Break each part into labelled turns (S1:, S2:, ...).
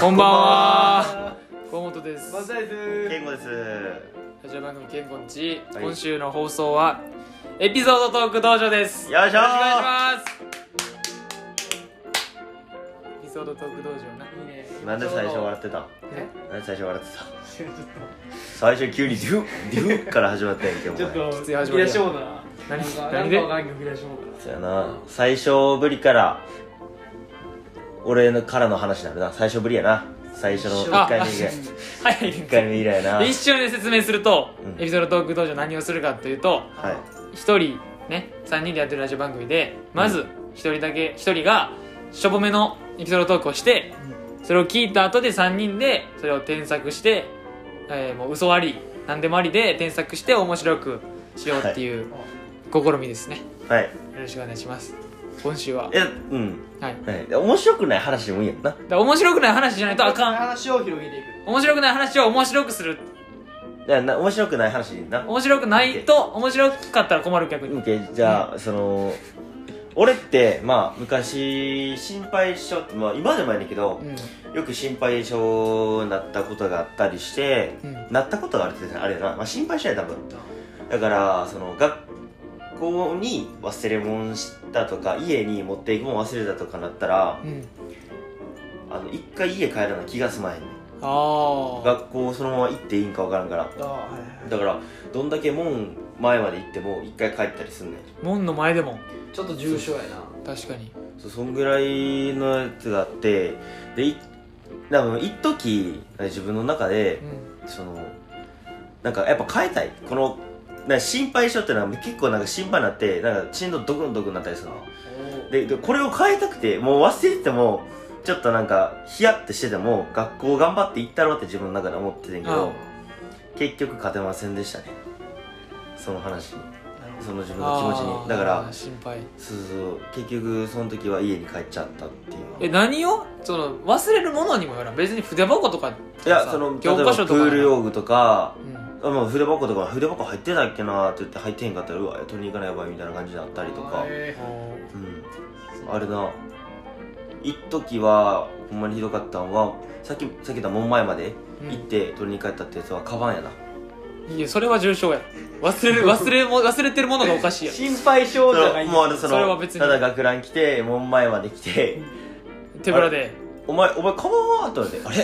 S1: こんばんは河本です
S2: 万歳です
S3: 健吾です。
S1: ラジオ番組健康んち、
S3: はい
S1: 今週の放送はエピソードトーク道場です
S3: よいしょー
S1: ろくお願いしますエピソードトーク道場ないいね
S3: なんで最初笑ってた。
S1: え
S3: なんで最初笑ってた。
S2: ちょっ
S3: 最初急にデュッデュッから始まったやんけお
S2: と
S3: 前。
S2: ちょっと
S1: つい始ま
S2: 吹
S1: り
S2: き
S1: や
S2: 出しような
S1: 何
S2: なんか
S1: 何
S2: なん
S1: で
S2: かわかんないけど吹き出しよう
S3: そうやな。最初ぶりから俺のからの話になるな。最初ぶりやな。最初の一
S1: あ
S3: 回目以来。
S1: はい
S3: 一回目以来な。は
S1: で
S3: い
S1: 一。瞬で説明すると、
S3: うん
S1: エピソードトーク道場何をするかというと
S2: な
S1: 一人ね3人でやってるラジオ番組でまず一人だけ一人がしょぼめのエピソードトークをしてそれを聞いた後で3人でそれを添削して、えーもう嘘あり何でもありで添削して面白くしようっていう試みですね、
S3: はい。
S1: よろしくお願いします今週は、はい、
S3: え、うん。
S1: だか
S3: はい。面白くない話でもいいやんな。
S1: ら面白くない話じゃないとあかん
S2: 話を広げていく
S1: 面白くない話を面白くする
S3: じゃあな面白くない話でいいな。
S1: 面白くないと面白かったら困る逆に、
S3: オッケーじゃあ、その俺ってまあ昔心配性って、まあ、今でもやねんけど、
S1: うん
S3: よく心配性になったことがあったりして、
S1: うん
S3: なったことがあるってあれだな、まあ、心配しない多分だからその学校に忘れ物したとか家に持っていくもん忘れたとかなったら
S1: うん、
S3: あの一回家帰らな気が済まへんねん
S1: ああ
S3: 学校そのまま行っていいんか分からんから
S2: あはいはい
S3: だからどんだけ門前まで行っても一回帰ったりすんねん
S1: 門の前でも
S2: ちょっと重症や
S1: 確かに
S3: そうそんぐらいのやつがあってでい多分一時自分の中で、
S1: うん
S3: そのなんかやっぱ変えたいこのなんか心配性ってのは結構なんか心配になってなんか心臓ドクンドクンなったりするの
S2: な
S3: ででこれを変えたくてもう忘れててもちょっとなんかヒヤッてしてても学校頑張って行ったろうって自分の中で思っててんけど結局勝てませんでしたねその話にその自分の気持ちにだか
S1: あ
S3: ら
S1: ー心配
S3: そうそう結局その時は家に帰っちゃったって
S1: え
S3: いう
S1: 何をその忘れるものにもよらん別に筆箱とか
S3: いや
S1: さ
S3: その例え
S1: 教科
S3: ば
S1: 書
S3: プ
S1: とかな
S3: ー
S1: ら
S3: ル用具とか
S1: うん
S3: あまあ筆箱とか筆箱入ってたっけなーって言って入ってへんかったらうわ取りに行かないやばいみたいな感じだったりとか、うんあるな一時はほんまにひどかったんはさっきさっき言った門前まで
S1: うん
S3: 行って取りに帰ったってやつはカバンやな、
S1: いやそれは重症や忘 れる忘れも忘れてるものがおかしいや
S2: 心配性
S3: そ
S2: じゃない
S3: れもうそ
S1: それは
S3: の
S1: 別に
S3: ただ学ラン来て門前まで来て
S1: 手ぶらで
S3: 「お前お前カバンは?」って言われて「あ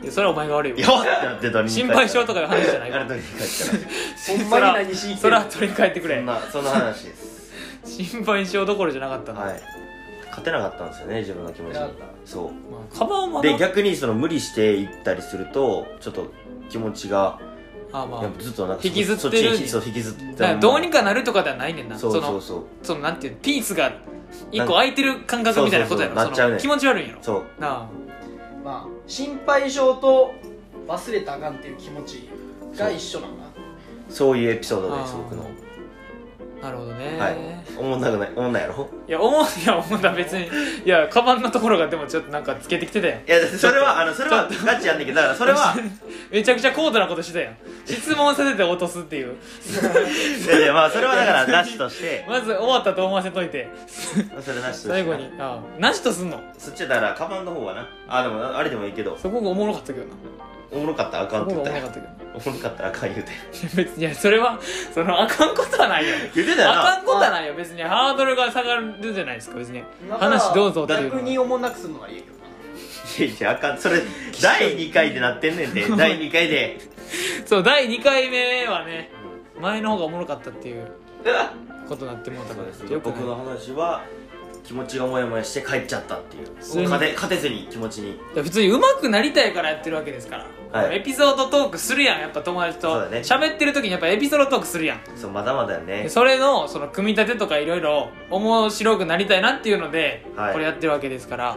S3: れ
S1: いやそれはお前が悪い
S3: や
S1: よ
S3: ばっ!」ってなって取りに帰
S1: 心配性とか
S3: が
S1: いう話じゃ
S3: あ
S1: ない
S3: れ
S1: から
S3: 取りに帰っ
S2: ほんまに何しに来
S1: そ
S2: て
S1: れ
S2: る
S1: は取り替えてく
S3: た
S1: れ
S3: らそんなそんな話です
S1: 心配性どころじゃなかったんだ、
S3: はい勝てなかったんですよね自分の気持ち
S2: な
S3: に
S2: かっ
S3: そう
S1: まあ、カバンはな
S3: で逆にその無理して行ったりするとちょっと気持ちが
S1: あま
S3: やっぱずっとなんか
S1: 引きずってる
S3: そっちにそう引きず
S1: あ
S3: って
S1: だからどうに
S3: か
S1: かなるとかではないねんな
S3: そうそう
S1: の
S3: そう
S1: そのなんていうのピースが一個空いてる感覚みたいなことやろ
S3: そうそうそうなっちゃうね
S1: の気持ち悪いんやろ
S3: そう
S1: なあ
S2: まあ心配性と忘れたらあかんっていう気持ちが一緒なんだ
S3: そういうエピソードです
S1: あー
S3: 僕の
S1: なるほどね、
S3: はい
S1: い
S3: おもんなくないおもんないやろ
S1: や思ういや思うんだ 別にいやカバンのところがでもちょっとなんかつけてきてたやん
S3: いやそれはあのそれはガチやんねんけどだからそれ は
S1: めちゃくちゃ高度なことしてたやん質問させて落とすっていう
S3: いやいやまあそれはだからなし として
S1: まず終わったと思わせといて
S3: それなしとして
S1: 最後にあなしとすんの
S3: そっちはだからカバンの方はなあでもあれでもいいけど
S1: そこがおもろかったけどな
S3: おもろかったらあかん
S1: そ
S3: っ
S1: こ
S3: て言
S1: がおもろかっ
S3: ったやん
S1: たけど
S3: おもろかったらあかん言うて
S1: いや別にいやそれはそのあかんことはないよ
S3: 言うてたよ
S1: あ
S3: な
S1: かんことはないよ別にハードルが下がるじゃないですか別に
S2: だから
S1: 話どうぞっていうのは
S2: 逆におもんなくするのはいいけどない
S3: やいやあかんそ れ第2回でなってんねんで第2回で
S1: そう第2回目はね前の方がおもろかったっていう ことになってもうた
S3: そ
S1: か
S3: う
S1: ら
S3: です
S1: よく
S3: 僕の
S1: ない
S3: 話は気持ちがモヤモヤして帰っちゃったっていう
S1: 普通に
S3: 勝て勝てずに気持ちに
S1: いや普通に上手くなりたいからやってるわけですから、
S3: はい
S1: エピソードトークするやんやっぱ友達
S3: そ
S1: と
S3: うだね
S1: 喋、ってる時にやっぱエピソードトークするやん
S3: そうまだまだよね
S1: でそれのその組み立てとかいろいろ面白くなりたいなっていうので、
S3: はい
S1: これやってるわけですから、
S2: はい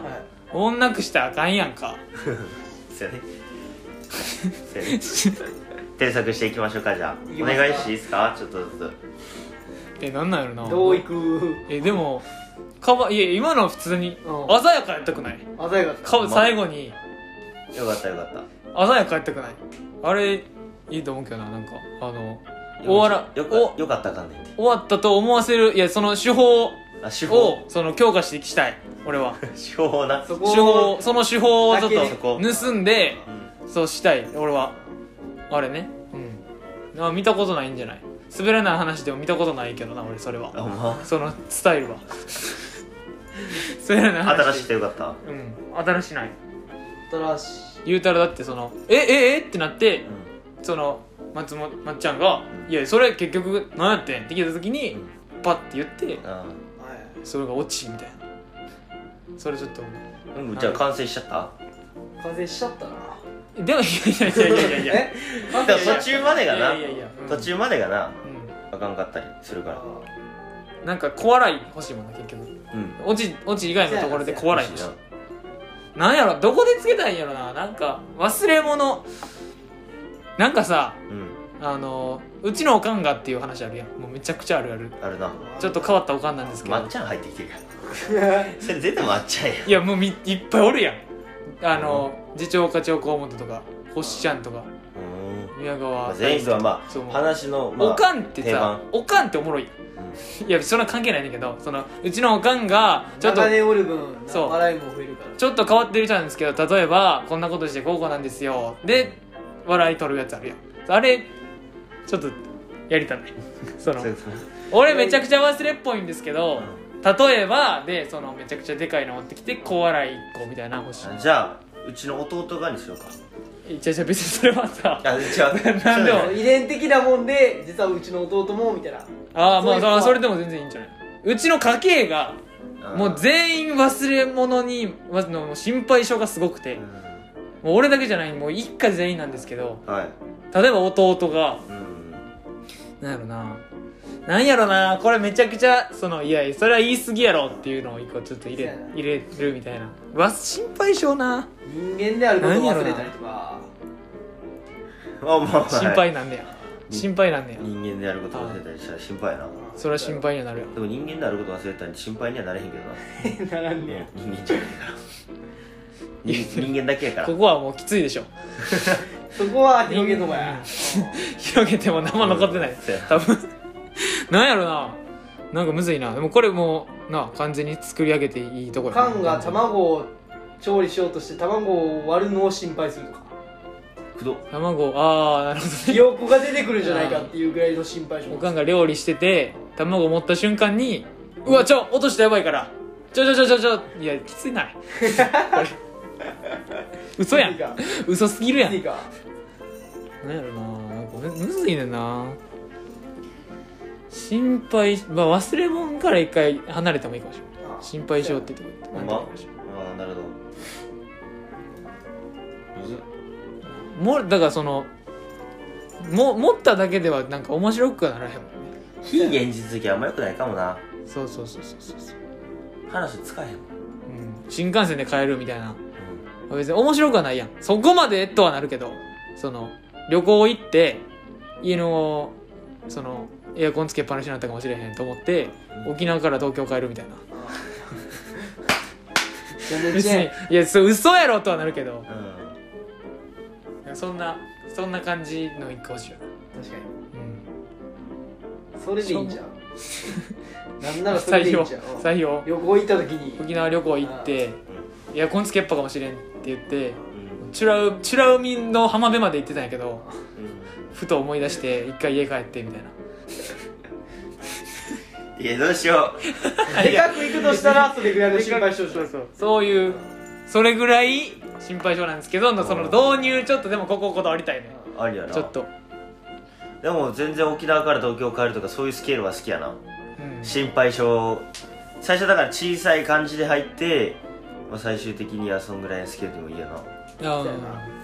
S1: おんなくしてあかんやん か
S3: そうやね そうやね添削していきましょうかじゃあ
S2: いき
S3: お
S2: ますか
S3: 願いしていいですかちょっとずつ
S1: えなんなんやろな
S2: どういく
S1: えでもかばいや今のは普通に
S2: うん
S1: 鮮やかやったくない
S2: 鮮やかった
S1: か、
S3: まあ
S1: 最後に
S3: よかったよかった
S1: 鮮やかやったくないあれいいと思うけどななんかあの終わら
S3: よ
S1: お
S3: かよかったらあかんねんて
S1: 終わったと思わせるいやその手法を
S3: あ手法
S1: その強化していきたい俺は
S3: 手法をな
S2: そこ
S1: 手法その手法をちょっ
S2: だけ
S3: そこと
S1: 盗んで
S3: うん
S1: そうしたい俺はあれねうんあ見たことないんじゃない滑らない話でも見たことないけどな俺それ
S3: あ
S1: は
S3: ま
S1: そのスタイルは 滑らない
S3: あ
S1: 話
S3: 新しくてよかった
S1: うん新しない
S2: 新し
S1: 言うたらだってその「えええってなって、
S3: う
S1: その松本まっちゃんが
S3: う
S1: 「
S3: ん
S1: いやそれ結局何やってん?」って聞いた時に、
S3: うん
S1: パッて言って
S3: んあ
S2: いはい
S1: それが落ちみたいなそれちょっと思う
S3: ーうんじゃあ完成しちゃった
S2: 完成しちゃったな
S1: でもいやいやいやいやいやいや
S2: え完
S3: で
S2: 成
S3: も
S2: しちゃ
S3: 途
S2: った
S3: 中までがない
S1: やいやいやうん
S3: 途中までがな
S1: う
S3: あかんかったりするから
S1: んなんか小笑い欲しいもんな結局
S3: うん
S1: 落ち落ち以外のところで小笑い欲し
S3: ない
S1: なんやろどこでつけたいんやろななんか忘れ物なんかさ
S3: うん
S1: あのうちのおかんがっていう話あるやんもうめちゃくちゃあるある
S3: あるな
S1: ちょっ と変わったおかんなんですけど
S3: まっちゃん入ってきてるやん
S2: あ
S3: それ絶対まっちゃんや
S1: いやもうみいっぱいおるやんあの次長課長河本とか星ちゃんとか
S3: うん
S1: 宮
S3: ま
S1: 川
S3: あ全員はま
S1: そう
S3: あ話のまあ
S1: おかんって
S3: 定
S1: さ
S3: 番
S1: おかんっておもろいいやそんな関係ないねんだけどそのうちのおかんがちょっと
S2: 長年おる分
S1: そう
S2: 笑いも増えるから
S1: ちょっと変わってる人なんですけど例えばこんなことしてこうこうなんですよで笑い取るやつあるやんあれちょっとやりた ないその
S3: そういう
S1: 俺めちゃくちゃ忘れっぽいんですけど
S3: うん
S1: 例えばでそのめちゃくちゃでかいの持ってきて小笑い1個みたいなの欲しい
S3: じゃあうちの弟がにしようか
S1: いやいや別にそれはさ
S3: あ違う
S1: なんでも
S2: 遺伝的なもんで実はうちの弟もみたいな
S1: ああま
S2: そうい
S1: あ
S2: う
S1: そ
S2: のは
S1: それでも全然いいんじゃないうちの家系がもう全員忘れ物にまずの心配性がすごくて
S3: う
S1: もうん俺だけじゃないもう一家全員なんですけど
S3: はい
S1: 例えば弟が
S3: うん
S1: なんやろななんやろなこれめちゃくちゃそのいやいやそれは言い過ぎやろっていうのを一個ちょっと入
S2: そう
S1: れ
S2: やな
S1: 入れるみたいなわ心配性な
S2: 人間であることを忘れたりとか
S3: あまあまあ
S1: 心配なんだよ心配なんだよ
S3: 人間でやること忘れたりしたら心配やな
S1: それは心配にはなるよ
S3: でも人間であること忘れたり心配にはなれへんけどな
S2: 配ならんねや
S3: ね人間じゃないから人人間だけやから
S1: ここはもうきついでしょ
S2: そこは広げんのかや
S1: 広げても何も残ってない
S3: そうや
S1: 多分なんやろななんかむずいなでもこれもうな完全に作り上げていいとこやな
S2: 缶が卵を調理しようとして卵を割るのを心配するとか
S3: くど
S1: 卵ああなるほ
S2: ひよこが出てくるんじゃないかっていうぐらいの心配性
S1: どおかんが料理してて卵持った瞬間にうわちょ落としたやばいからちょちょちょちょちょいやきついない これ嘘や
S2: いい
S1: ん
S2: か
S1: 嘘すぎるやん
S2: いいか
S1: なんやろななんかむむずいねんな心配まあ忘れ物から一回離れてもいいかもしれない
S2: あ
S1: 心配性ってとこやった
S3: ほんまああなるほどむずっ
S1: もだからそのも持っただけではなんか面白くはならへんもんね
S3: 非現実的あんま良くないかもな
S1: そうそうそうそうそうそう、
S3: 話つかへんもん
S1: うん、新幹線で帰るみたいな
S3: うん
S1: 別に面白くはないやんそこまでとはなるけどその旅行行って家のそのエアコンつけっぱなしになったかもしれへんと思って沖縄から東京帰るみたいな
S2: 全
S1: 別に
S2: 然
S1: いやそれ嘘やろとはなるけど
S3: うん
S1: そんなそんな感じの一個欲しいよな
S2: 確かに
S1: うん
S2: それでいいんじゃんなんならそれでいいんじゃんうん
S1: 採用
S2: 旅行行った時に
S1: 沖縄旅行行ってエアコンつけっぱかもしれんって言って
S3: うん
S1: チュラウチュラ海の浜辺まで行ってたんやけど
S3: う
S1: ふと思い出して一回家帰ってみたいなん
S3: いやどうしよ
S2: でかく行くとしたらそれぐらいの心配性症
S1: そういうそれぐらい心配性なんですけどその導入ちょっとでもこここだわりたいね
S3: うありやな
S1: ちょっと、
S3: でも全然沖縄から東京帰るとかそういうスケールは好きやな
S1: うん、
S3: 心配性最初だから小さい感じで入って、まあ、最終的にはそんぐらいのスケールでもいいよな
S2: そうやな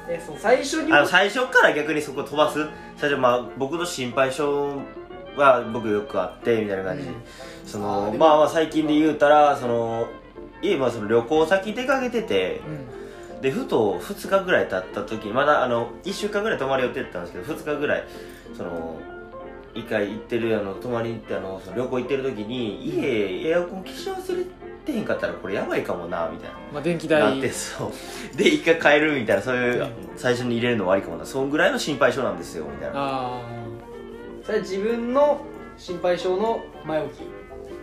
S2: えそう最初に
S3: あの最初から逆にそこ飛ばす最初まあ僕の心配性は僕よくあってみたいな感じ、
S1: うん
S3: そ
S2: あー
S3: の
S2: でも
S3: まあまあ最近で言うたらそのいえばその旅行先出かけてて
S1: うん
S3: でふと2日ぐらい経った時まだあの1週間ぐらい泊まる予定だったんですけど2日ぐらいその一回行ってるあの泊まりに行ってあのその旅行行ってる時に家エアコン消し忘れてへんかったらこれやばいかもなみたいな。
S1: まあ電気
S3: な
S1: 代
S3: ってそうで一回帰るみたいなそういううん最初に入れるのもありかもなそんぐらいの心配性なんですよみたいな
S1: あ
S2: それは自分の心配性の前置きっ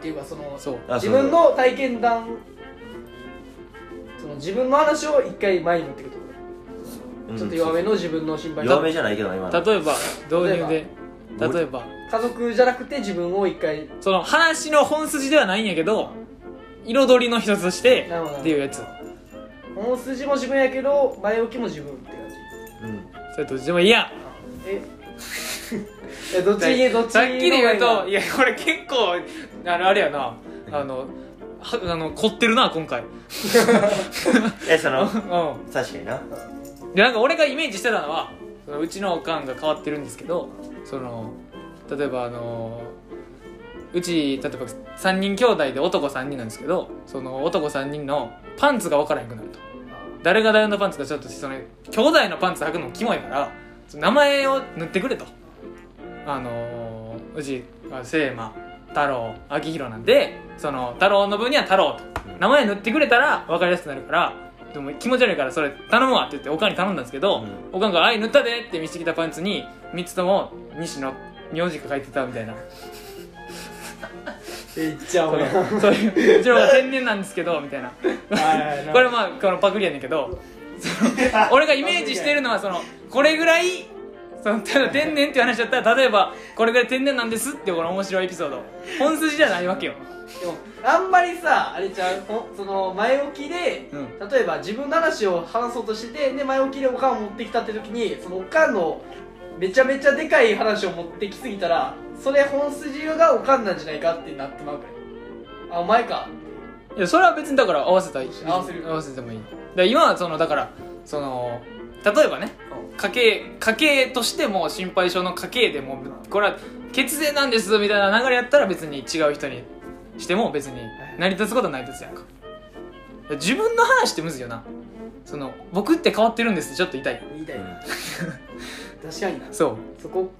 S2: ていうかその
S1: あそう
S3: あ
S2: 自分の体験談その自分の話を一回前に持っていくってこと
S3: うん
S2: ちょっと弱めの自分の心配
S3: 弱めじゃないけどな今の
S1: 例えば導入で
S3: 例えば
S1: 例えば
S2: 家族じゃなくて自分を一回
S1: その話の本筋ではないんやけど彩りの一つとして
S2: なるほど
S1: っていうやつ
S2: 本筋も自分やけど前置きも自分って感じ
S3: うん
S1: それどっちでもいいやん
S2: あえ えどっちどっち
S1: さっきで言う
S2: の方が
S1: と
S2: い
S1: い
S2: い
S1: やこれ結構あれあれやなあのはあの凝ってるな今回
S3: えその
S1: うん
S3: 確かにな
S1: でなんか俺がイメージしてたのはそのうちのおかんが変わってるんですけどその例えばあのうち例えば3人兄弟で男3人なんですけどその男3人のパンツが分からへんくなると誰が誰のパンツかちょっとその兄弟のパンツ履くのもキモいからその名前を塗ってくれとあのうちは聖馬太郎昭弘なんでその太郎の分には太郎と
S3: うん
S1: 名前塗ってくれたら分かりやすくなるからでも気持ち悪いからそれ頼むわって言っておかんに頼んだんですけど、
S3: う
S1: おかんが「あい塗ったで」って見してきたパンツに3つとも西の名字が書いてたみたいな
S2: えいっちゃおうな
S1: そういううちの方が天然なんですけどみたいなこ
S2: こ
S1: れ
S2: れ
S1: まあこのパクリやねんけどその俺がイメージしてるのはそのこれぐらいそのただ天然っていう話だったら例えばこれぐらい天然なんですってこの面白いエピソード本筋じゃないわけよ
S2: でもあんまりさあれちゃうほんその前置きで
S1: うん
S2: 例えば自分の話を話そうとしててで前置きでおかんを持ってきたって時にそのおかんのめちゃめちゃでかい話を持ってきすぎたらそれ本筋がおかんなんじゃないかってなってまうからあお前か
S1: いやそれは別にだから合わせたらいい
S2: 合わせる
S1: 合わせてもいいで今はそのだからその例えばね家計家計としても心配性の家計でもこれは血税なんですみたいな流れやったら別に違う人にしても別に成り立つことは成り立つやんか自分の話ってむずいよなその僕って変わってるんですってちょっと痛い
S2: 言いたいな
S3: う
S2: 確かにな
S1: そう
S2: そこ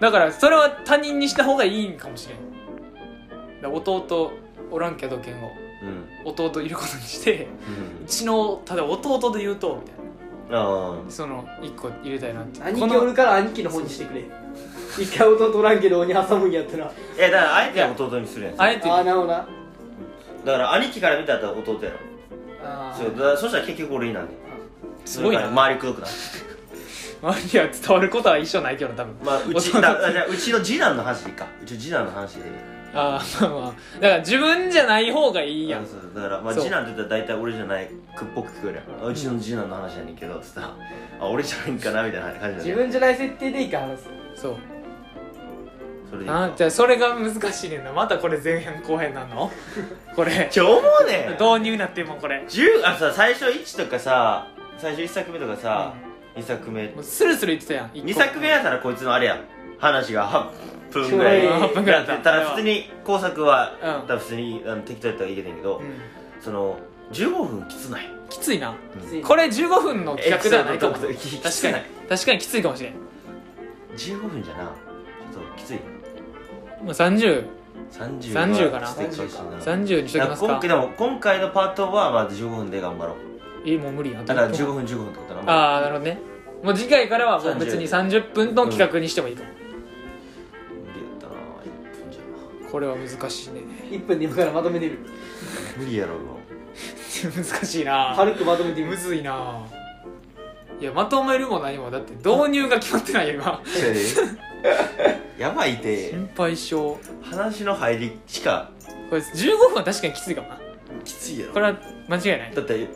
S1: だからそれは他人にした方がいいんかもしれんだ弟おらんけど健吾
S3: んうん
S1: 弟いることにして
S3: うん
S1: うちのただ弟で言うとみたい
S3: あ
S1: なその1個入れたいなって
S2: 兄
S1: こ
S2: 貴おる
S1: の
S2: から兄貴の方にしてくれ一回弟おらんけど鬼挟むんやったら
S3: あえだからあえて弟にするやん
S1: あ
S3: だ
S1: えて
S2: ああなるほどな
S3: から兄貴から見たら弟やろ
S2: あー
S3: そうだからそしたら結局俺になんねん
S1: すごいな
S3: 周りくど くな
S1: マリア伝わることは一緒ないけどな多分
S3: まあうち
S1: 弟
S3: だだじゃあうちの次男の話でいいかうちの次男の話でいい
S1: ああまあまあだから自分じゃない方がいいや
S3: うんんそうだからまあ
S1: そう
S3: 次男って言ったら大体俺じゃないくっぽく聞こえるやんあうちの次男の話やねんけどつったらあ俺じゃないんかなみたいな感じ
S2: 自
S3: だね
S2: 分じゃない設定でいいか話す
S1: そう
S3: それでいい
S1: あ
S3: か
S1: じゃあそれが難しいねんなまたこれ前編後編なん のこれ
S3: 今日思うねん
S1: 導入になってるもんこれ
S3: 10あさ最初1とかさ最初1作目とかさ、二2作目
S1: もうスルスル言ってたやん
S3: 2作目やったらこいつのあれや話が8分ぐらい
S2: ちょい
S1: 8分ぐらいだ
S3: や
S1: っ
S3: ったたら普通に工作は、
S1: うん
S3: 多分普通にあの適当やったらいいけどいいけど、
S1: うん
S3: その15分きつない
S1: きついな
S2: きつい
S1: これ15分の企画ではないかも
S3: エピソード
S1: 確
S3: とき
S1: か
S3: きつい
S1: に確かにきついかもしれんも
S3: 15分じゃなちょっときついう
S1: 3030
S3: 30
S1: 30かな
S3: きついかもしれんな
S1: にしときます
S3: だから今
S1: か
S3: 回でも今回のパートはまず15分で頑張ろう
S1: えもう無理やん
S3: だから15分15分ってことなの
S1: ああなるほどねもう次回からはもう別に30分の企画にしてもいいかも、
S3: 無理やったな1分じゃ
S1: これは難しいね
S2: 1分で今からまとめてみる
S3: 無理やろう
S1: 難しいな
S2: 軽くまとめてみ
S1: む
S2: る
S1: ずいなぁいやまとめるも何もだって導入が決まってないよ 今
S3: やばいて
S1: 心配性
S3: 話の入りしか
S1: これ15分は確かにきついかもな
S3: きついやろ
S1: これは間違いない
S3: だってい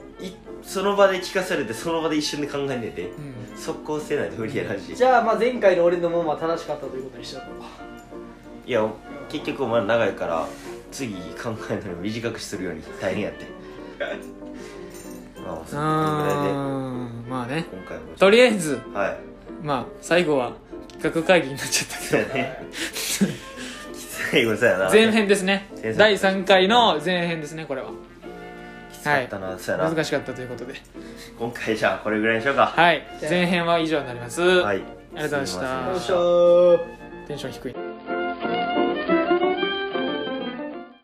S3: その場で聞かされてその場で一瞬で考えねえで
S1: うん
S3: 速攻せないと無理やらしい
S2: じゃあまあ前回の俺のもまあ正しかったということにしよう
S3: いや結局お前ら長いから次考えるのを短くするように大変やってまあ
S1: う
S3: その
S1: ーんまあね
S3: ぐらいで今回も
S1: とりあえず
S3: はい
S1: まあ最後は企画会議になっちゃったけ
S3: そうやね きついことやな
S1: ど前編ですね
S3: 前編
S1: 第3回の前編ですねこれは
S3: きつかったな、そうやな
S1: 難しかったということで
S3: 今回じゃあこれぐらいにしようか
S1: はい
S2: じゃあ
S1: 前編は以上になります、
S3: はいあ
S1: ありがとうございました
S2: よいしょー
S1: テンション低い